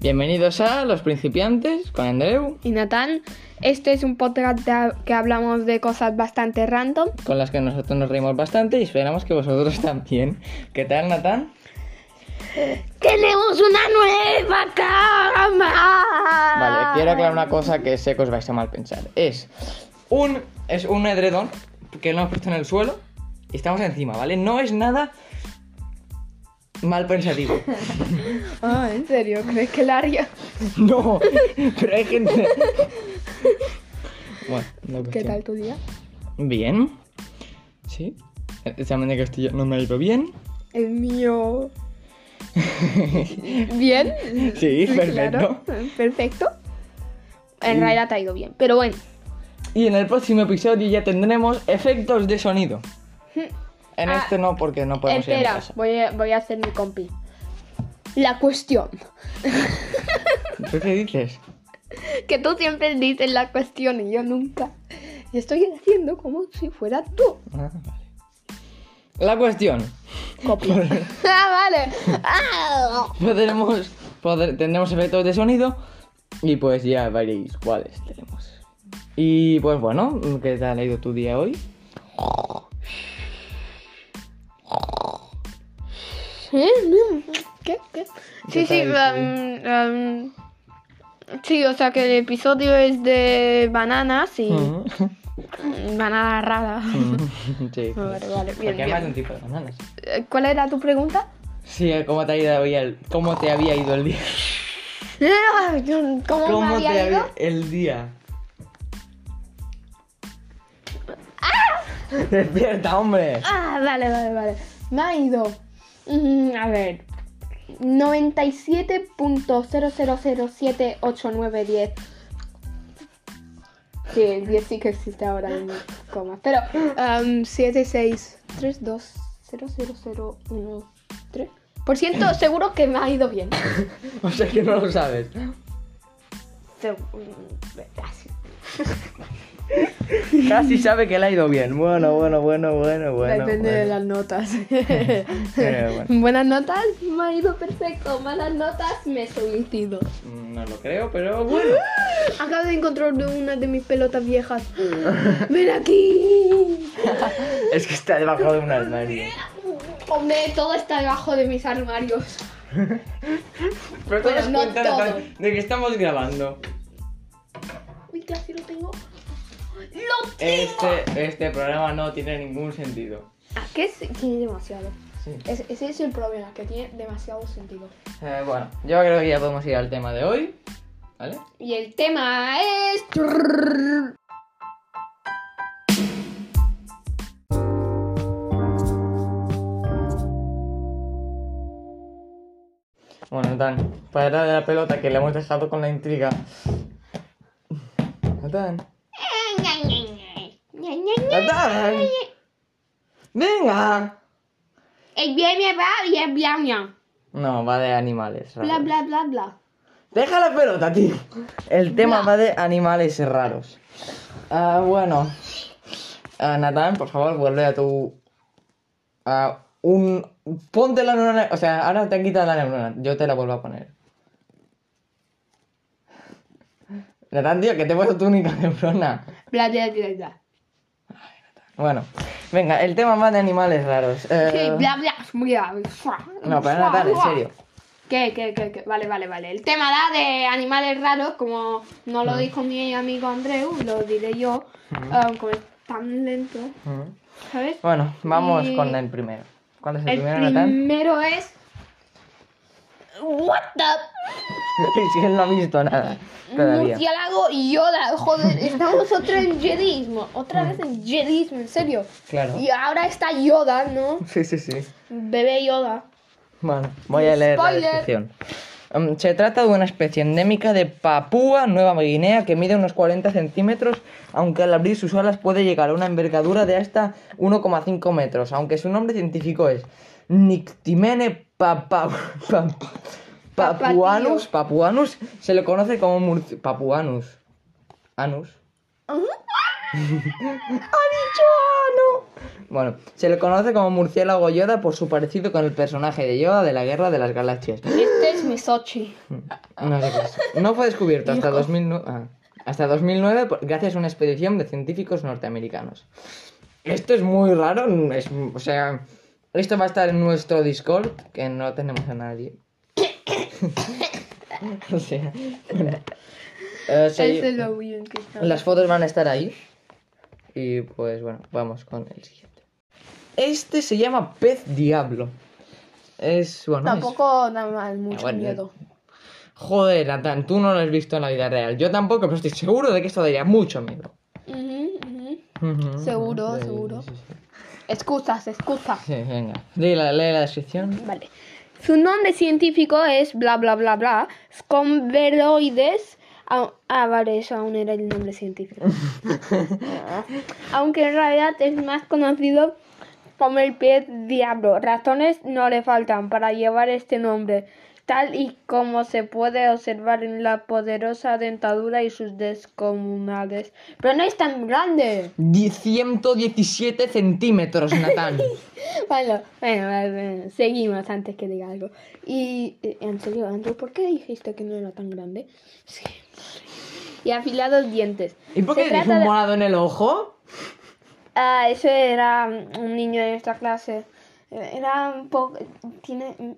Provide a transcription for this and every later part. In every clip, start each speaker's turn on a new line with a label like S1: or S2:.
S1: Bienvenidos a Los Principiantes con Andreu,
S2: y Natán. Este es un podcast de- que hablamos de cosas bastante random.
S1: con las que nosotros nos reímos bastante y esperamos que vosotros también. ¿Qué tal, Natán?
S3: ¡Tenemos una nueva cama!
S1: Vale, quiero aclarar una cosa que sé que os vais a mal pensar. Es un, es un edredón que lo hemos puesto en el suelo y estamos encima, ¿vale? No es nada mal pensativo.
S2: Ah, ¿en serio? ¿Crees que la haría?
S1: No, pero hay gente... Bueno, no
S2: ¿Qué
S1: cuestión.
S2: tal tu día?
S1: Bien. Sí. El examen de castillo no me ha ido bien.
S2: El mío. ¿Bien?
S1: Sí,
S2: claro. Perfecto. En realidad te ha ido bien. Pero bueno,
S1: Y en el próximo episodio ya tendremos efectos de sonido. En
S2: Ah,
S1: este no, porque no podemos ir a mi
S2: espera,
S1: casa.
S2: voy a, voy a hacer mi compi. La cuestión.
S1: ¿Tú qué dices?
S2: Que tú siempre dices la cuestión y yo nunca. Y estoy haciendo como si fuera tú.
S1: Ah, vale. La cuestión.
S2: Copia. ah, vale. Ah.
S1: Podremos, poder- tendremos efectos de sonido y pues ya veréis cuáles tenemos. Y pues bueno, ¿qué tal ha ido tu día hoy?
S2: ¿Eh? No. ¿Qué? ¿Qué? Sí, sí,
S1: tal,
S2: um, um, sí, o sea que el episodio es de bananas y banana rara.
S1: Mm. sí.
S2: Vale, vale, bien,
S1: Porque hay
S2: bien.
S1: más de un tipo de bananas.
S2: Eh, ¿Cuál era tu pregunta?
S1: Sí, ¿cómo te, ha ido hoy el- ¿cómo te había ido el día?
S2: ¿Cómo, me
S1: ¿Cómo te
S2: había ido?
S1: había el día? ¡Despierta, hombre!
S2: Ah, vale, vale, vale. Me ha ido. mm, a ver. 97.00078910. Sí, el 10 sí que existe ahora en coma. Pero. Um, 7632000113. Por ciento, seguro que me ha ido bien.
S1: O sea que no lo sabes.
S2: Segu- mm, Casi.
S1: Casi sabe que le ha ido bien. Bueno, bueno, bueno, bueno, bueno.
S2: Depende de
S1: bueno.
S2: las notas.
S1: Eh, bueno.
S2: Buenas notas, me ha ido perfecto. Malas notas, me he suicido.
S1: Mm, No lo creo, pero bueno.
S2: Acabo de encontrar una de mis pelotas viejas.
S1: Mm.
S2: ¡Ven aquí!
S1: Es que está debajo de un armario.
S2: Hombre, todo está debajo de mis armarios.
S1: Pero te das
S2: Pero no
S1: cuenta de-
S2: todo.
S1: de que estamos grabando.
S2: Uy, casi lo tengo. ¡Lo tengo!
S1: Este, este programa no tiene ningún sentido.
S2: Ah, que es- tiene demasiado.
S1: Sí.
S2: Es- ese es el problema, que tiene demasiado sentido.
S1: Eh, bueno, yo creo que ya podemos ir al tema de hoy. ¿Vale?
S2: Y el tema es.
S1: Bueno, Dan, para de la pelota que le hemos dejado con la intriga. Natán. Natán. Venga.
S2: El bien, bien, bien, bien, bien.
S1: No, va de animales raros.
S2: Bla, bla, bla, bla.
S1: Deja la pelota, tío. El tema va de animales raros. Ah, bueno. Ah, Natán, por favor, vuelve a tu... A un... Ponte la neurona... O sea, ahora te han quitado la neurona. Yo te la vuelvo a poner. Natán, tío, que te he puesto tu única neurona.
S2: Bla, bla, bla, bla.
S1: Bueno, venga, el tema más de animales raros. Eh,
S2: Sí, bla, bla, bla.
S1: No, pero Natal, en serio.
S2: ¿Qué, qué, qué, qué? Vale, vale, vale. El tema da de animales raros, como no
S1: Ah.
S2: lo dijo mi amigo Andreu, lo diré yo, um, como es tan lento,
S1: Ujú.
S2: ¿sabes?
S1: Bueno, vamos
S2: Y-
S1: con el primero. ¿Cuál es el,
S2: Eh, El
S1: primero, Natán?
S2: primero es... What the...
S1: es que él no ha visto nada todavía.
S2: Murciélago y Yoda, joder, estamos otra en Jedismo, otra vez en Jedismo, en serio.
S1: Claro.
S2: Y ahora está Yoda, ¿no?
S1: Sí, sí, sí.
S2: Bebé Yoda.
S1: Bueno, voy a leer
S2: Spoiler.
S1: la descripción. Mm, se trata de una especie endémica de Papúa Nueva Guinea que mide unos 40 centímetros, aunque al abrir sus alas puede llegar a una envergadura de hasta 1,5 metros, aunque su nombre científico es Nictimene papa- pa- papuanus. Papuanus se le conoce como murci- papuanus. Anus. ¡Ha dicho ano! Bueno, se le conoce como murciélago Yoda por su parecido con el personaje de Yoda de la Guerra de las Galaxias.
S2: Este es Misochi.
S1: No sé qué es. No fue descubierto hasta 2009, ah, hasta 2009 por- gracias a una expedición de científicos norteamericanos. Esto es muy raro, es- o sea, esto va a estar en nuestro Discord, que no tenemos a nadie. o sea, bueno. Eh, se-
S2: Ese es lo bien que está.
S1: las fotos van a estar ahí. Y pues bueno, vamos con el siguiente. Este se llama pez diablo. Es bueno. es-
S2: Tampoco da mal mucho
S1: bueno,
S2: miedo.
S1: Joder, Natán, tú no lo has visto en la vida real. Yo tampoco, pero estoy seguro de que esto daría mucho miedo.
S2: Ujú, ujú.
S1: Ujú,
S2: Seguro,
S1: ujú, sí,
S2: seguro.
S1: sí, sí.
S2: Excusas, excusas.
S1: Sí, venga. Lee la, lee la descripción.
S2: Vale. Su nombre científico es bla bla bla bla. Scomberoides. Ah, ah, vale, eso aún era el nombre científico. Ah. Aunque en realidad es más conocido como el pez diablo. Razones no le faltan para llevar este nombre, tal y como se puede observar en la poderosa dentadura y sus descomunales. Pero no es tan grande.
S1: Die- 117 centímetros, Natán.
S2: Bueno, bueno, bueno, bueno, seguimos antes que diga algo. Y eh, en serio, Andrew, ¿por qué dijiste que no era tan grande? Sí. Y afilados dientes.
S1: ¿Y por qué
S2: Se
S1: tienes
S2: trata
S1: un
S2: de-
S1: morado en el ojo?
S2: Ah, eso era mm, un niño de nuestra clase. Eh, Era un poco... Tiene, mm,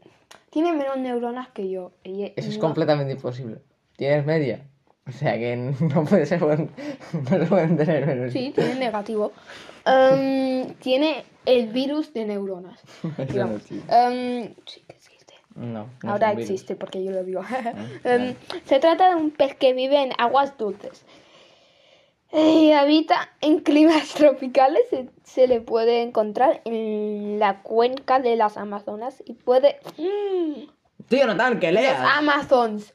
S2: tiene menos neuronas que yo. Y- y
S1: Eso es
S2: no-
S1: completamente imposible. Tienes media. O sea que no puede ser buen- no lo pueden tener menos.
S2: Sí, tiene negativo. Em, tiene el virus de neuronas.
S1: Eso no
S2: digamos.
S1: existe.
S2: Em, sí que existe.
S1: No, no
S2: Ahora
S1: es un virus.
S2: existe porque yo lo digo.
S1: vale.
S2: Um, se trata de un pez que vive en aguas dulces. Y habita en climas tropicales. Se, se le puede encontrar en la cuenca de las Amazonas y puede. ¡Mm!
S1: Tío, Natán, que
S2: los
S1: leas.
S2: Amazons.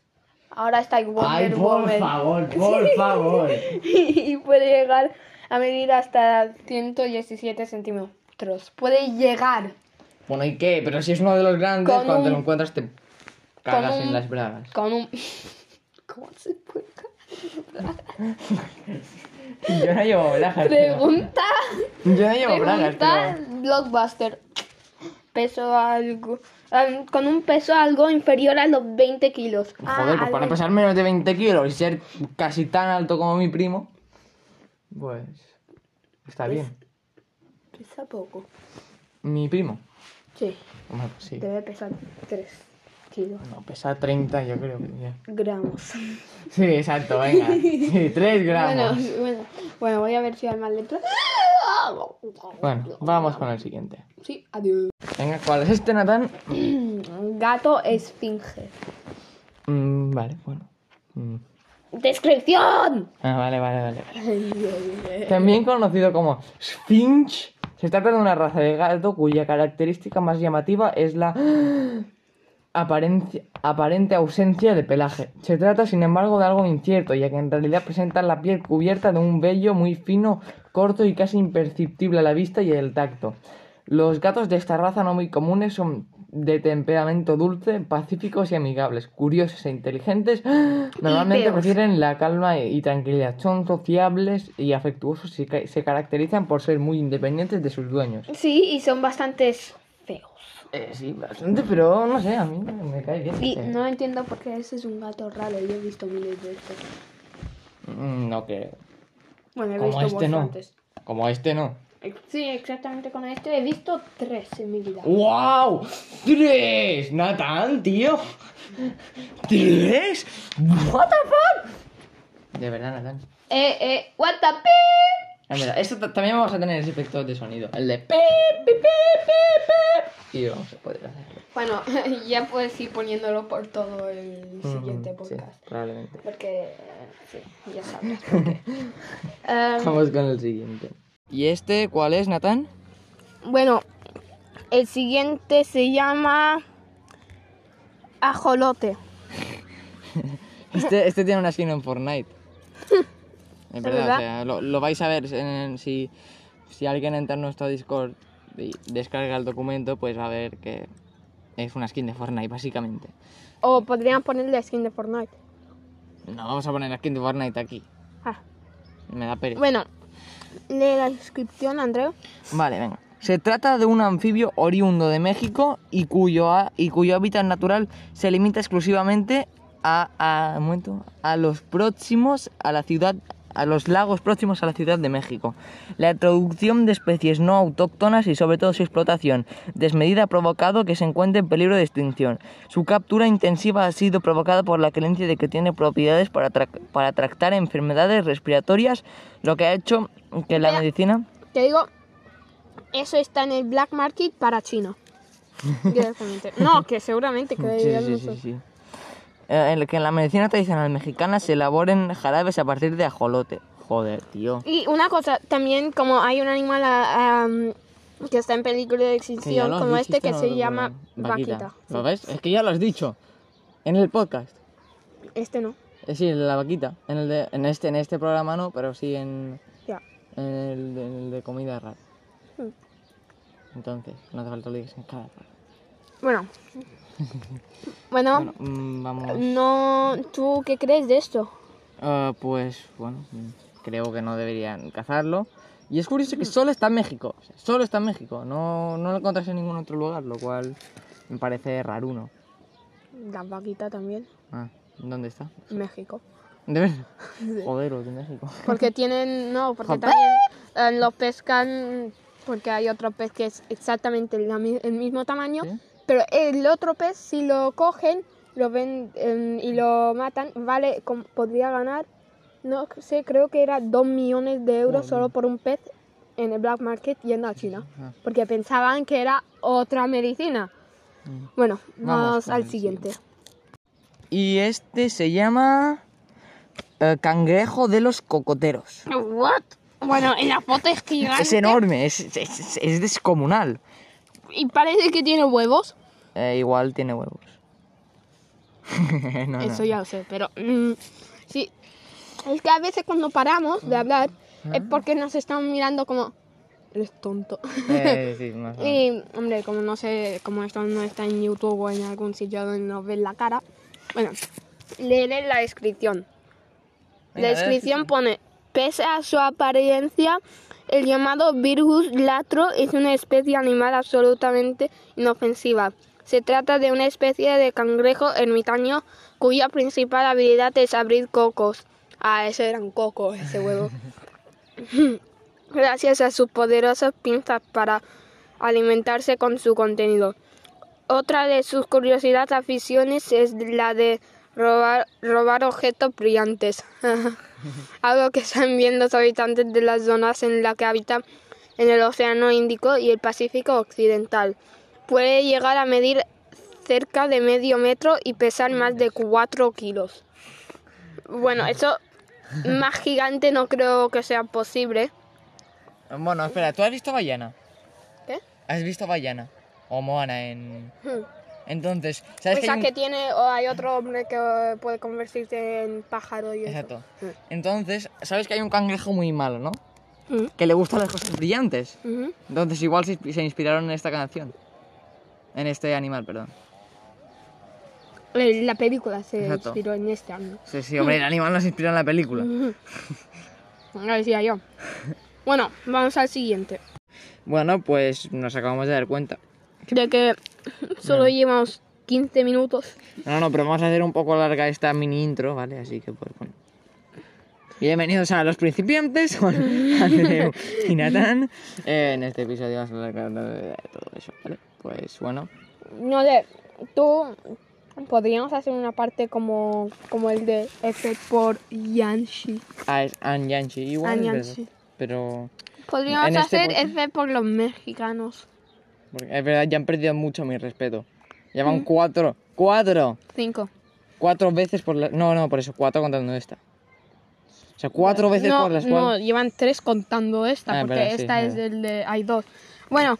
S2: Ahora está en
S1: Ay,
S2: Wonder
S1: por
S2: Woman.
S1: favor, por favor.
S2: Y puede llegar a medir hasta 117 centímetros. Puede llegar.
S1: Bueno, ¿y qué? Pero si es uno de los grandes,
S2: Con
S1: cuando te
S2: un-
S1: lo encuentras te cagas
S2: con
S1: en
S2: un-
S1: las bragas.
S2: Con un. ¿Cómo se puede?
S1: Yo no llevo bragas. tío.
S2: Pregunta.
S1: Yo no llevo bragas,
S2: Pregunta
S1: pero...
S2: Blockbuster. Peso algo. em, con un peso algo inferior a los 20 kilos. Ah,
S1: Joder, pues para
S2: algo-
S1: pesar menos de 20 kilos y ser casi tan alto como mi primo, pues está bien.
S2: Pesa poco.
S1: Mi primo.
S2: Sí,
S1: Hombre, pues sí.
S2: debe pesar 3 kilos.
S1: No, pesa 30 yo creo. que ya.
S2: Gramos.
S1: Sí, exacto, venga. Sí, 3
S2: Bueno,
S1: gramos.
S2: bueno, bueno, voy a ver si hay más letras.
S1: Bueno, vamos con el siguiente.
S2: Sí, adiós.
S1: Venga, ¿cuál es este, Natán?
S2: Gato esfinge.
S1: Mm, vale, bueno. Mm.
S2: ¡Descripción!
S1: Ah, vale, vale, vale. También conocido como Sphinx, se trata de una raza de gato cuya característica más llamativa es la aparencia- aparente ausencia de pelaje. Se trata, sin embargo, de algo incierto, ya que en realidad presentan la piel cubierta de un vello muy fino, corto y casi imperceptible a la vista y el tacto. Los gatos de esta raza no muy comunes son de temperamento dulce, pacíficos y amigables, curiosos e inteligentes. Normalmente
S2: feos.
S1: prefieren la calma y y tranquilidad. Son sociables y afectuosos y ca- se caracterizan por ser muy independientes de sus dueños.
S2: Sí, y son bastantes feos.
S1: Eh, sí, bastante, pero no sé, a mí me me cae bien.
S2: Y
S1: Eh,
S2: no entiendo por qué ese es un gato raro. Yo he visto miles de estos.
S1: mm, No creo.
S2: Bueno, he
S1: Como
S2: visto
S1: este no.
S2: bastantes.
S1: Como este no.
S2: Sí, exactamente con este he visto tres en mi vida.
S1: ¡Wow! ¡Tres! ¡Natán, tío! ¡Tres! ¡What the fuck! De verdad, Natán.
S2: Eh, eh, what the pip?
S1: Ah, mira, esto ta- también vamos a tener ese efecto de sonido. El de pip, pip, pip, pip, pip. Y vamos a poder hacerlo.
S2: Bueno, ya puedes ir poniéndolo por todo el siguiente
S1: Mm, sí,
S2: podcast.
S1: probablemente.
S2: Porque, eh, sí, ya sabes por qué. Em,
S1: Vamos con el siguiente. ¿Y este cuál es, Natán?
S2: bueno, el siguiente se llama ajolote.
S1: Este, este tiene una skin en Fortnite. En verdad,
S2: verdad?
S1: o sea, lo, lo vais a ver en- si, si alguien entra en nuestro Discord y descarga el documento, pues va a ver que es una skin de Fortnite, básicamente.
S2: O podrían ponerle skin de Fortnite.
S1: No vamos a poner la skin de Fortnite aquí.
S2: Ah,
S1: Me da pereza.
S2: bueno, lee la descripción, Andreu.
S1: Vale, venga. Se trata de un anfibio oriundo de México y cuyo, ha- y cuyo hábitat natural se limita exclusivamente a, a- un momento, a los próximos a la ciudad a los lagos próximos a la Ciudad de México. La introducción de especies no autóctonas y sobre todo su explotación desmedida ha provocado que se encuentre en peligro de extinción. Su captura intensiva ha sido provocada por la creencia de que tiene propiedades para, tra- para tratar enfermedades respiratorias, lo que ha hecho que la
S2: Vea.
S1: medicina...
S2: Te digo, eso está en el black market para chino. Directamente. No, que seguramente que
S1: Sí,
S2: ya
S1: sí,
S2: no
S1: sí,
S2: sé.
S1: sí. Eh, en la que en la medicina tradicional mexicana se elaboren jarabes a partir de ajolote. Joder, tío.
S2: Y una cosa, también como hay un animal ah, am, que está en peligro de
S1: Que ya
S2: extinción,
S1: lo has
S2: como
S1: dicho,
S2: este que
S1: no
S2: se
S1: lo
S2: llama
S1: recuerdo.
S2: vaquita.
S1: ¿Lo ves? Es que ya lo has dicho. En el podcast.
S2: Este no.
S1: Eh, sí, en la vaquita. En, el de- en, este, en este programa no, pero sí en,
S2: Ya.
S1: en el, de- en el de comida rara.
S2: Mm.
S1: Entonces, no hace falta que lo digas en cada programa.
S2: Bueno. bueno.
S1: Bueno, mm, vamos.
S2: No, ¿tú qué crees de esto?
S1: Ah, pues bueno, mm, creo que no deberían cazarlo. Y es curioso que solo está en México. o sea, Solo está en México. No, no lo encontrás en ningún otro lugar, lo cual me parece raruno.
S2: La vaquita también,
S1: Ah, ¿dónde está?
S2: México.
S1: ¿De verdad? Joder, los de México.
S2: Porque tienen, no, porque
S1: Joder.
S2: también eh, lo pescan porque hay otro pez que es exactamente la mi- el mismo tamaño,
S1: ¿Sí?
S2: pero el otro pez si lo cogen, lo ven em, y lo matan, vale, com- podría ganar, no sé, creo que era 2 millones de euros
S1: Joder.
S2: solo por un pez en el black market yendo a China,
S1: Ah,
S2: porque pensaban que era otra medicina.
S1: mm.
S2: Bueno,
S1: Vamos
S2: vamos
S1: con
S2: al
S1: el
S2: siguiente.
S1: Y este se llama eh, cangrejo de los cocoteros.
S3: What? Bueno, en la foto es gigante.
S1: Es enorme, es, es- es- es descomunal.
S2: Y parece que tiene huevos.
S1: Eh, igual tiene huevos. No, no.
S2: Eso ya lo sé, pero mm, sí. Es que a veces cuando paramos de hablar es porque nos están mirando como eres tonto.
S1: Eh, sí, más o menos.
S2: Y hombre, como no sé, como esto no está en YouTube o en algún sitio donde nos ven la cara, bueno, leeré la descripción.
S1: Venga,
S2: La
S1: lee la
S2: descripción pone, pese a su apariencia, el llamado Virgus latro es una especie animal absolutamente inofensiva. Se trata de una especie de cangrejo ermitaño cuya principal habilidad es abrir cocos. Ah, eso eran cocos, ese huevo. Gracias a sus poderosas pinzas para alimentarse con su contenido. Otra de sus curiosidades aficiones es la de robar, robar objetos brillantes, algo que están viendo los habitantes de las zonas en las que habitan en el Océano Índico y el Pacífico Occidental. Puede llegar a medir cerca de medio metro y pesar más de 4 kilos. Bueno, eso más gigante no creo que sea posible.
S1: Bueno, espera, ¿tú has visto Bayana?
S2: ¿Qué?
S1: ¿Has visto Bayana? O Moana en...
S2: Hmm.
S1: Entonces,
S2: O
S1: ¿sabes
S2: sea,
S1: hay
S2: Pues que
S1: un-
S2: tiene, o hay otro hombre que eh, puede convertirse en pájaro y eso.
S1: Exacto.
S2: Sí.
S1: Entonces, ¿sabes que hay un cangrejo muy malo, no?
S2: Mm.
S1: Que le gustan las cosas brillantes.
S2: Ujú.
S1: Entonces, igual se, se inspiraron en esta canción. En este animal, perdón.
S2: Eh, La película se
S1: Exacto.
S2: inspiró en este año.
S1: Sí, sí, hombre, el animal nos inspiró en la película.
S2: Lo decía yo. Bueno, vamos al siguiente.
S1: Bueno, pues nos acabamos de dar cuenta.
S2: De que solo llevamos 15 minutos.
S1: No, no, pero vamos a hacer un poco larga esta mini intro, ¿vale? Así que, pues, bueno. Bienvenidos a los principiantes, con Andreu y Natán. Eh, en este episodio vamos a hablar de todo eso, ¿vale? Pues, bueno.
S2: No sé, tú podríamos hacer una parte como, como el de F por Yanshi.
S1: Ah, es An Yanchi igual.
S2: An
S1: es verdad.
S2: Yanchi.
S1: Pero,
S2: Podríamos
S1: En este
S2: hacer
S1: pod-
S2: F por los mexicanos.
S1: porque es verdad, ya han perdido mucho mi respeto. Llevan
S2: Mm.
S1: cuatro, cuatro,
S2: 5.
S1: cuatro veces por la... No, no, por eso, cuatro contando esta. O sea, cuatro veces
S2: no,
S1: por las
S2: no,
S1: cuales...
S2: llevan tres contando esta,
S1: Ah, es
S2: porque
S1: verdad, sí,
S2: esta
S1: es
S2: es el de... Hay dos. Bueno,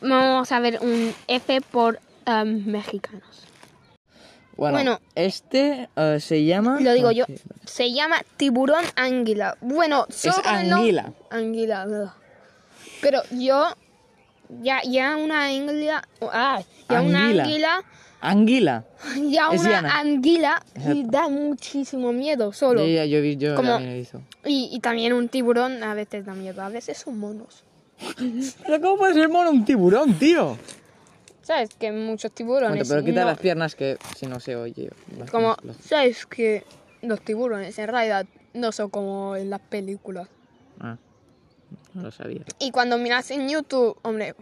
S2: vamos a ver un F por em, mexicanos.
S1: Bueno,
S2: bueno.
S1: este eh, se llama...
S2: Lo digo
S1: Ah,
S2: yo.
S1: sí.
S2: Se llama tiburón anguila. Bueno, solo con el nom-
S1: anguila.
S2: Anguila. ugh. Pero yo ya ya una anguila, ah, ya una
S1: Anguila.
S2: anguila,
S1: Anguila.
S2: ya
S1: Es
S2: una
S1: llana.
S2: anguila y
S1: Exacto.
S2: da muchísimo miedo solo.
S1: Yo, ya- yo, vi- yo
S2: Como-
S1: también he visto.
S2: Y, y también un tiburón a veces da miedo, a veces son monos.
S1: Pero ¿cómo puede ser mono un tiburón, tío?
S2: ¿Sabes? Que muchos tiburones.
S1: pero quita
S2: no-
S1: las piernas que si no se oye. las-
S2: Como,
S1: las-
S2: ¿sabes? Que los tiburones en realidad no son como en las películas.
S1: Ah, no lo sabía.
S2: Y cuando miras en YouTube, hombre,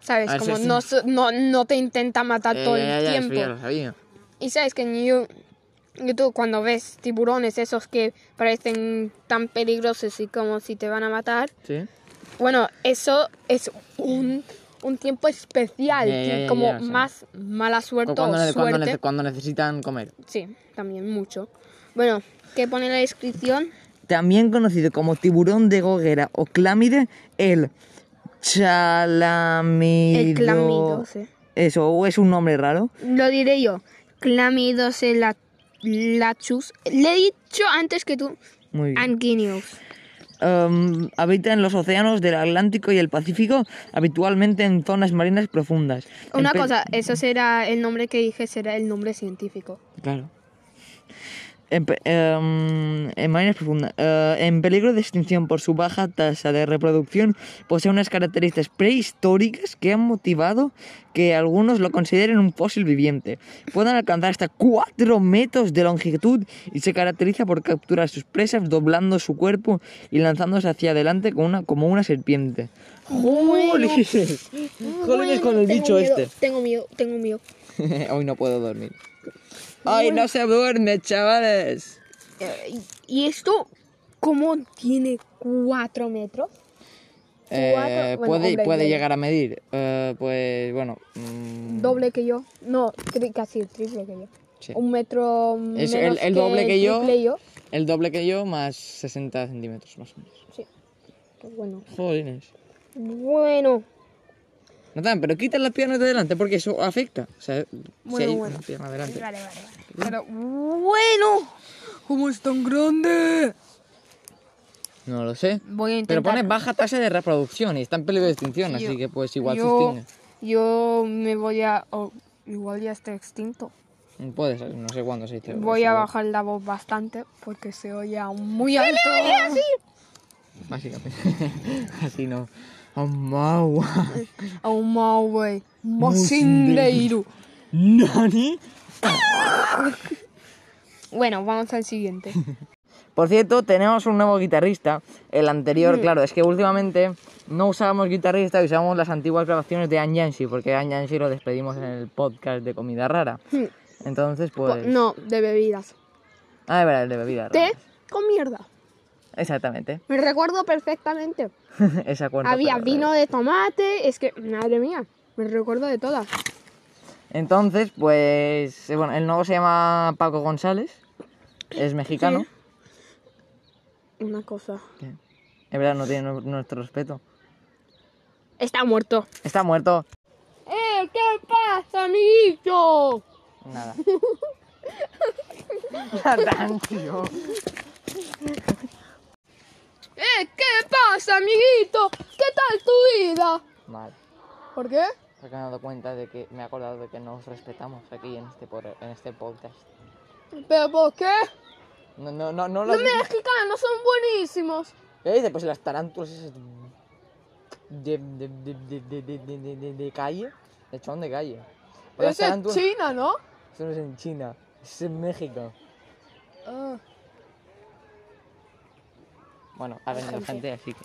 S2: ¿sabes?
S1: Ah, eso
S2: Como
S1: sí.
S2: no, so- no, no te intenta matar todo
S1: Eh, ya,
S2: el
S1: ya, eso
S2: tiempo.
S1: ya lo sabía.
S2: Y sabes que en You- YouTube cuando ves tiburones esos que parecen tan peligrosos y como si te van a matar,
S1: ¿Sí?
S2: bueno, eso es un, un tiempo especial,
S1: Ya, ya,
S2: que
S1: ya,
S2: como
S1: ya, o sea.
S2: más mala suerte
S1: O
S2: o
S1: cuando, ne-
S2: suerte.
S1: cuando nece- cuando necesitan comer.
S2: Sí, también mucho. Bueno, ¿qué pone en la descripción?
S1: También conocido como tiburón de gogera o clámide, el chalamido.
S2: El clamidose.
S1: Eso, o es un nombre raro.
S2: Lo diré yo. Clamidose la, lachus. Le he dicho antes que tú.
S1: Muy bien.
S2: Anguineus.
S1: Em, habita en los océanos del Atlántico y el Pacífico, habitualmente en zonas marinas profundas.
S2: Una
S1: En pe-
S2: cosa, eso será el nombre que dije, será el nombre científico.
S1: Claro. En, pe- em, en marinas profundas. Eh, en peligro de extinción por su baja tasa de reproducción, posee unas características prehistóricas que han motivado que algunos lo consideren un fósil viviente. Pueden alcanzar hasta 4 metros de longitud y se caracteriza por capturar a sus presas doblando su cuerpo y lanzándose hacia adelante con una, como una serpiente. ¡Jolines! ¡Jolines con el bicho este!
S2: Tengo miedo, tengo miedo.
S1: Hoy no puedo dormir. ¡Ay, no se duerme, chavales!
S2: ¿Y esto cómo tiene cuatro metros?
S1: Eh,
S2: bueno,
S1: puede
S2: hombre,
S1: puede
S2: doble.
S1: llegar a medir. Eh, pues bueno. mm,
S2: Doble que yo. No, tri- casi el triple que yo.
S1: sí.
S2: Un metro
S1: Es
S2: menos
S1: el- el doble que yo.
S2: triple
S1: El doble que yo, más 60 centímetros más o menos.
S2: Sí. Pues bueno.
S1: Jolines.
S2: Bueno.
S1: Natán, pero quita las piernas de delante porque eso afecta. O sea, si
S2: Bueno,
S1: hay
S2: bueno.
S1: una pierna delante.
S2: Vale, vale, vale. Pero bueno. ¿Cómo es tan grande?
S1: No lo sé.
S2: Voy a intentar.
S1: Pero pone baja tasa de reproducción y está en peligro de extinción, así que pues igual
S2: yo,
S1: se
S2: yo me voy a... oh, igual ya está extinto.
S1: extingue. Puede ser, no sé cuándo se dice.
S2: Voy a
S1: eso,
S2: bajar la voz bastante porque se oye aún muy alto.
S1: Básicamente. así no. Amagua.
S2: Oh my way. Mosindeiro.
S1: ¿Nani?
S2: Bueno, vamos al siguiente.
S1: Por cierto, tenemos un nuevo guitarrista. El
S2: Mm.
S1: anterior, claro, es que últimamente no usábamos guitarrista y usábamos las antiguas grabaciones de Ann Yancy, porque Ann Yancy lo despedimos en el podcast de comida rara. Entonces, pues.
S2: No, de bebidas.
S1: Ah, es verdad, el de bebida rara.
S2: Té con mierda.
S1: Exactamente.
S2: Me recuerdo perfectamente.
S1: Esa cuenta.
S2: Había
S1: pero-
S2: vino de tomate. Es que, madre mía, me recuerdo de todas.
S1: Entonces, pues. eh, Bueno, el nuevo se llama Paco González. Es mexicano.
S2: Una cosa.
S1: que Es verdad, no tiene nu- nuestro respeto.
S2: Está muerto.
S1: Está muerto.
S2: ¡Eh! ¿Qué pasa, amiguito?
S1: Nada. Natán, tío.
S2: ¡Eh! ¿Qué pasa, amiguito? ¿Qué tal tu vida?
S1: Mal.
S2: ¿Por qué?
S1: Porque me he dado cuenta de que me he acordado de que no os respetamos aquí en este, por- en este podcast.
S2: ¿Pero por qué?
S1: No, no, no, no lo
S2: Los mexicanos son buenísimos.
S1: ¿Qué dices? Pues las tarántulas esas de, de, de, de, de, de, de, de, de- de calle, de chón de calle. Pues las
S2: Eso es
S1: tarántulas-
S2: China, ¿no?
S1: Eso no es en China, es en México.
S2: Ah.
S1: Bueno, ha venido gente, así que...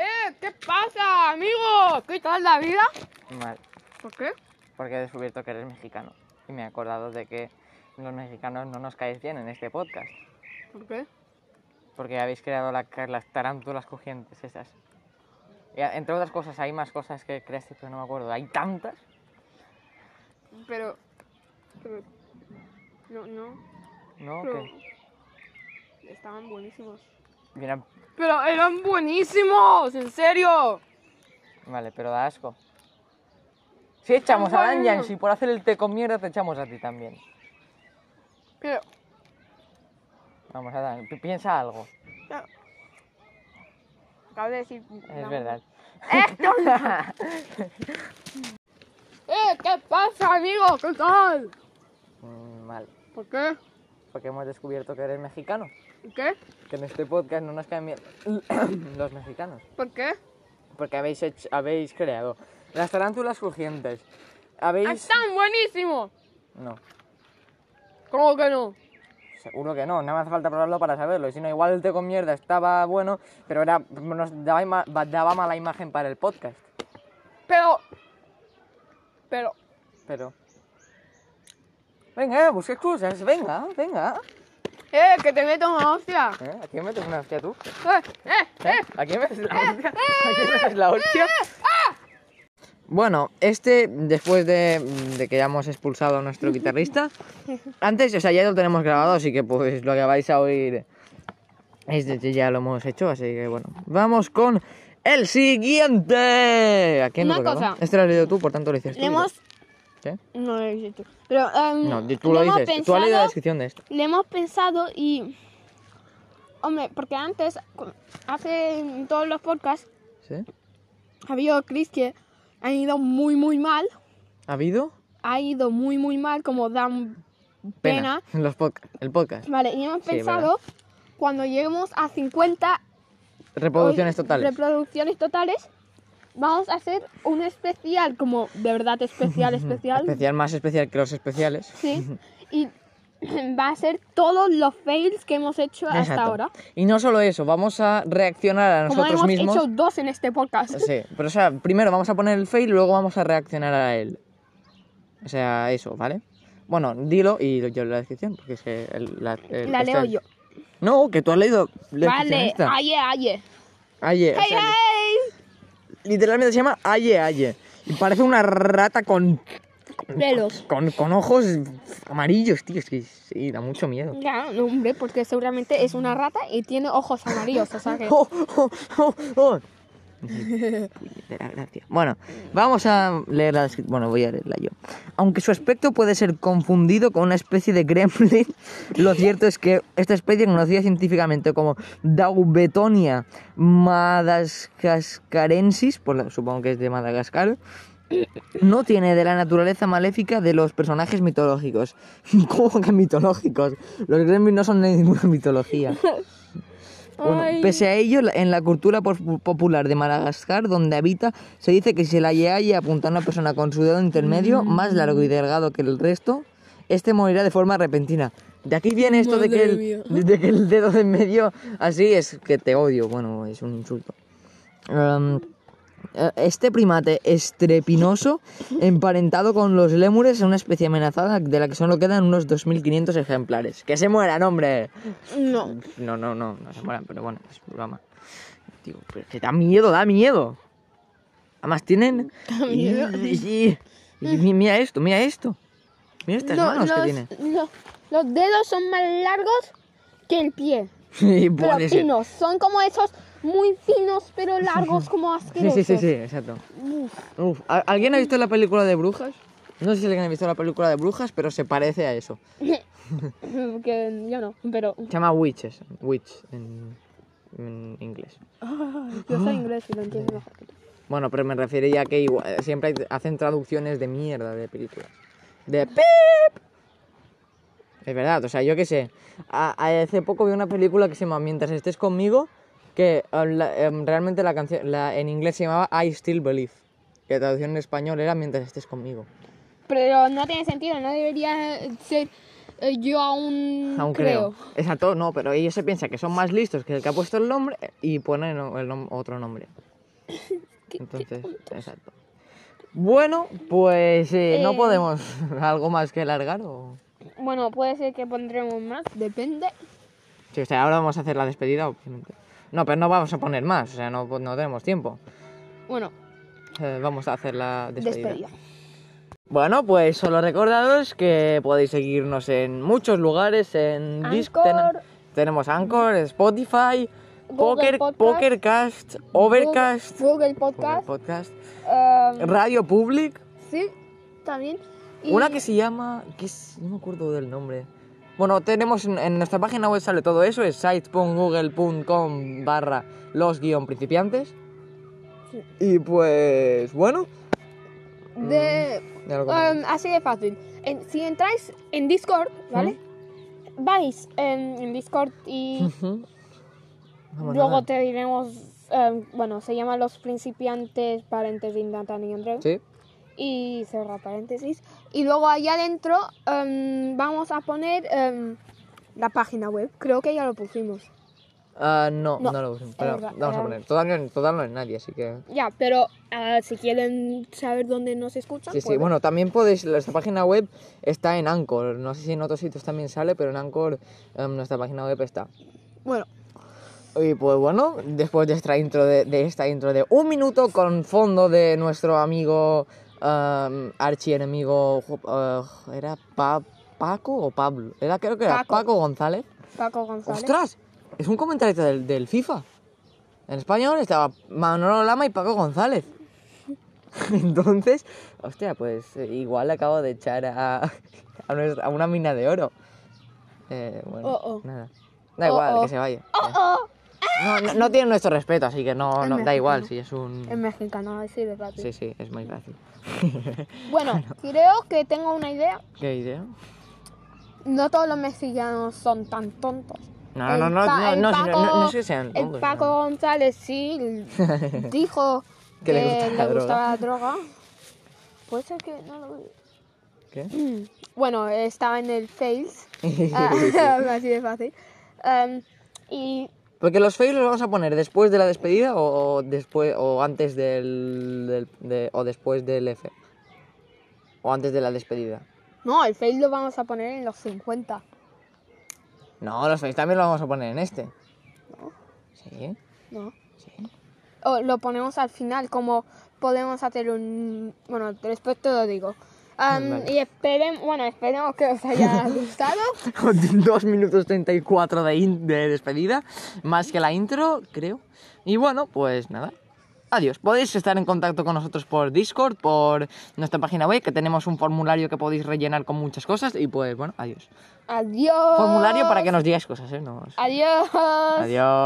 S2: ¡Eh! ¿Qué pasa, amigo? ¿Qué tal la vida?
S1: Mal,
S2: ¿Por qué?
S1: porque he descubierto que eres mexicano. Y me he acordado de que los mexicanos no nos caéis bien en este podcast.
S2: ¿Por qué?
S1: Porque habéis creado la ca- las tarántulas cogientes esas. Y a- entre otras cosas, hay más cosas que creaste, pero no me acuerdo. Hay tantas.
S2: Pero... pero- No, no.
S1: No,
S2: Pero...
S1: que
S2: Estaban buenísimos.
S1: eran-
S2: ¡Pero eran buenísimos! ¡En serio!
S1: Vale, pero da asco. Si echamos a
S2: Bueno.
S1: Danjan, si por hacer el té con mierda te echamos a ti también.
S2: Pero...
S1: Vamos, Adán, pi- piensa algo.
S2: pero- Acabo de decir...
S1: Es verdad.
S2: ¡Eh! ¿Qué pasa, amigo? ¿Qué tal?
S1: Mm, Mal,
S2: ¿Por qué?
S1: porque hemos descubierto que eres mexicano.
S3: ¿Qué?
S1: Que en este podcast no nos caen bien los mexicanos.
S3: ¿Por qué?
S1: Porque habéis, hecho- habéis creado las tarántulas urgentes. Habéis...
S3: Ah, ¡Están buenísimos!
S1: No,
S3: ¿Cómo que no?
S1: seguro que no. Nada más hace falta probarlo para saberlo. Y si no, igual el té con mierda estaba bueno, pero era, nos daba, ima- daba mala imagen para el podcast.
S3: Pero. Pero.
S1: Pero... Venga, busca excusas. Venga, venga.
S3: ¡Eh! ¡Que te meto una hostia!
S1: ¿Eh? ¿A quién metes una hostia tú?
S3: ¡Eh! ¡Eh! ¡Ah!
S1: ¿Eh? ¿A quién metes la hostia? ¿A quién metes la hostia? Bueno, este, después de, de que hayamos expulsado a nuestro guitarrista, antes, o sea, ya lo tenemos grabado, así que pues lo que vais a oír es de que ya lo hemos hecho, así que bueno, vamos con el siguiente. ¿A quién le
S3: Una
S1: tocaba?
S3: cosa.
S1: Este lo has leído tú, por tanto lo dices tú.
S3: Le hemos.
S1: ¿Qué?
S3: No lo dices tú. Pero. em,
S1: No, di- tú lo
S3: le hemos
S1: dices, tú has leído la
S3: pensado-
S1: descripción de esto.
S3: le hemos pensado y. Hombre, porque antes, cu- hace en todos los podcasts,
S1: ¿Sí?
S3: ha habido Chris que han ido muy, muy mal.
S1: ¿Ha habido?
S3: Ha ido muy, muy mal, como dan pena.
S1: Los podca- el podcast.
S3: Vale, y hemos
S1: Sí,
S3: pensado, cuando lleguemos a 50
S1: Reproducciones
S3: hoy-
S1: totales.
S3: reproducciones totales, vamos a hacer un especial, como de verdad especial, especial.
S1: Especial más especial que los especiales.
S3: Sí. Y va a ser todos los fails que hemos hecho hasta
S1: Exacto.
S3: ahora.
S1: Y no solo eso, vamos a reaccionar a
S3: Como
S1: nosotros
S3: hemos
S1: mismos.
S3: hecho dos en este podcast.
S1: Sí, pero o sea, primero vamos a poner el fail y luego vamos a reaccionar a él. O sea, eso, ¿vale? Bueno, dilo y lo- yo leo la descripción, porque es que el- la, el-
S3: La
S1: esta-
S3: leo yo.
S1: No, que tú has leído la descripción
S3: Vale,
S1: esta.
S3: aye, aye.
S1: Aye, o
S3: ¡Hey,
S1: sea,
S3: hey!
S1: literalmente se llama Aye Aye. Y parece una rata con,
S3: Velos.
S1: con, con ojos amarillos, tío. Es que sí, da mucho miedo.
S3: Ya, no, hombre, porque seguramente es una rata y tiene ojos amarillos, o sea que...
S1: ¡Oh, oh, oh, oh! Puñetera gracia. Bueno, vamos a leer la descripción. Bueno, voy a leerla yo. Aunque su aspecto puede ser confundido con una especie de gremlin, lo cierto es que esta especie, conocida científicamente como Daubetonia madagascarensis, por la- supongo que es de Madagascar, no tiene de la naturaleza maléfica de los personajes mitológicos. ¿Cómo que mitológicos? Los gremlins no son de ninguna mitología. Bueno,
S3: Ay.
S1: pese a ello, la- en la cultura pos- popular de Madagascar, donde habita, se dice que si la halla y apunta a una persona con su dedo intermedio, más largo y delgado que el resto, este morirá de forma repentina. De aquí viene esto de que, el, de que el dedo de en medio así es que te odio. Bueno, es un insulto. Em, eh, este primate estrepinoso, emparentado con los lémures, es una especie amenazada de la que solo quedan unos 2.500 ejemplares. ¡Que se mueran, hombre!
S3: No.
S1: No, no, no, no se mueran, pero bueno, es broma. Digo, pero que da miedo, da miedo. Además tienen... Y, y- y- y mira esto, mira esto. Mira estas
S3: No,
S1: manos que
S3: los,
S1: tiene.
S3: lo- los dedos son más largos que el pie.
S1: Sí,
S3: Pero
S1: puede ser.
S3: finos. Son como esos muy finos, pero largos, como
S1: Sí,
S3: asquerosos.
S1: sí, sí, sí, exacto. Uf, ¿a- ¿Alguien ha visto la película de brujas? No sé si alguien ha visto la película de brujas, pero se parece a eso.
S3: que yo no, pero
S1: Se llama Witches, Witch en, en inglés.
S3: yo
S1: Ah.
S3: soy inglés y lo entiendo mejor. que tú.
S1: Bueno, pero me refería a que igual- siempre hay- hacen traducciones de mierda de películas. De pip. Es verdad, o sea, yo qué sé. A- a- hace poco vi una película que se llama Mientras estés conmigo, que eh, la- em, realmente la canción la- en inglés se llamaba I Still Believe. Que la traducción en español era Mientras estés conmigo.
S3: Pero no tiene sentido, no debería ser eh, yo aún,
S1: Aún creo. Exacto, no, pero ellos se piensan que son más listos que el que ha puesto el nombre y ponen el, nom- otro nombre. Entonces, exacto. Bueno, pues eh, no
S3: Eh.
S1: podemos algo más que largar o...
S3: Bueno, puede ser que pondremos más, depende.
S1: Sí, o sea, ahora vamos a hacer la despedida, obviamente. No, pero no vamos a poner más, o sea, no, no tenemos tiempo.
S3: Bueno,
S1: Eh, vamos a hacer la despedida.
S3: despedida.
S1: Bueno, pues solo recordados que podéis seguirnos en muchos lugares, en Disc-
S3: Anchor.
S1: tenemos Anchor, Spotify, Poker,
S3: Google Podcast.
S1: Pokercast, Overcast,
S3: Google,
S1: Google
S3: Google Podcast.
S1: Podcast,
S3: eh,
S1: Radio Public,
S3: sí, también. Y-
S1: una que se llama, que es- no me acuerdo del nombre. Bueno, tenemos en, en nuestra página web sale todo eso, es sites.google.com barra los guión principiantes.
S3: Sí.
S1: Y pues bueno,
S3: de
S1: ya lo Mm,
S3: Um, así de fácil. En- si entráis en Discord, ¿vale? vais en, en Discord y
S1: Ujú. Vamos,
S3: Um, luego
S1: nada.
S3: te diremos. eh, bueno, se llama Los Principiantes, paréntesis, Nathan y Andreu.
S1: Sí.
S3: Y cerra paréntesis. Y luego allá adentro em, vamos a poner em, la página web. Creo que ya lo pusimos.
S1: Ah, no, no,
S3: No,
S1: lo uso.
S3: es
S1: Pero
S3: verdad,
S1: vamos a
S3: era-
S1: poner. Todavía, no- todavía no es nadie, así que.
S3: Ya, pero ah, si quieren saber dónde nos escuchan,
S1: Sí, sí.
S3: pues-
S1: Bueno, también podéis. Nuestra página web está en Anchor. No sé si en otros sitios también sale, pero en Anchor em, nuestra página web está.
S3: bueno,
S1: Y pues bueno, después de esta intro de, de esta intro de un minuto con fondo de nuestro amigo em, archienemigo Archie enemigo eh, era Pa- Paco o Pablo. Era creo que era Paco,
S3: Paco.
S1: González.
S3: Paco González.
S1: ¡Ostras! Es un comentarista del, del FIFA. En español estaba Manolo Lama y Paco González. Entonces, hostia, pues eh, igual acabo de echar a, a, nuestra- a una mina de oro. Eh, bueno,
S3: Oh, oh.
S1: nada. Da
S3: Oh,
S1: igual,
S3: oh.
S1: que se vaya. Eh,
S3: ¡Oh!
S1: No, no, no tiene nuestro respeto, así que no,
S3: Es
S1: no da
S3: mexicano.
S1: igual si es
S3: En
S1: un...
S3: mexicano, así de rápido.
S1: Sí, sí, es muy fácil.
S3: Bueno, creo que tengo una idea.
S1: ¿Qué idea?
S3: No todos los mexicanos son tan tontos.
S1: No,
S3: El
S1: no, no,
S3: Pa-
S1: no,
S3: el
S1: no, si no, no, no es que
S3: Paco-
S1: sean
S3: El
S1: tontos,
S3: Paco
S1: no.
S3: González sí dijo
S1: Que le gusta la droga.
S3: gustaba la droga. Puede ser que no lo
S1: ¿Qué?
S3: Bueno, estaba en el Fails. Ah, así de fácil. Em, y
S1: Porque los fails los vamos a poner después de la despedida o, o después o antes del, del- de- o después del F. O antes de la despedida.
S3: no, el Fails lo vamos a poner en los 50.
S1: No, los fails también los vamos a poner en este. Sí,
S3: ¿no?
S1: sí.
S3: O lo ponemos al final, como podemos hacer un. Bueno, después te lo digo. Em,
S1: Vale.
S3: Y esperen, bueno, esperemos que os haya gustado.
S1: Con 2 minutos 34 de, in- de despedida, más que la intro, creo. Y bueno, pues nada. Adiós. Podéis estar en contacto con nosotros por Discord, por nuestra página web, que tenemos un formulario que podéis rellenar con muchas cosas. Y pues bueno, adiós.
S3: Adiós.
S1: Formulario para que nos digáis cosas, ¿eh? Nos-
S3: Adiós.
S1: Adiós.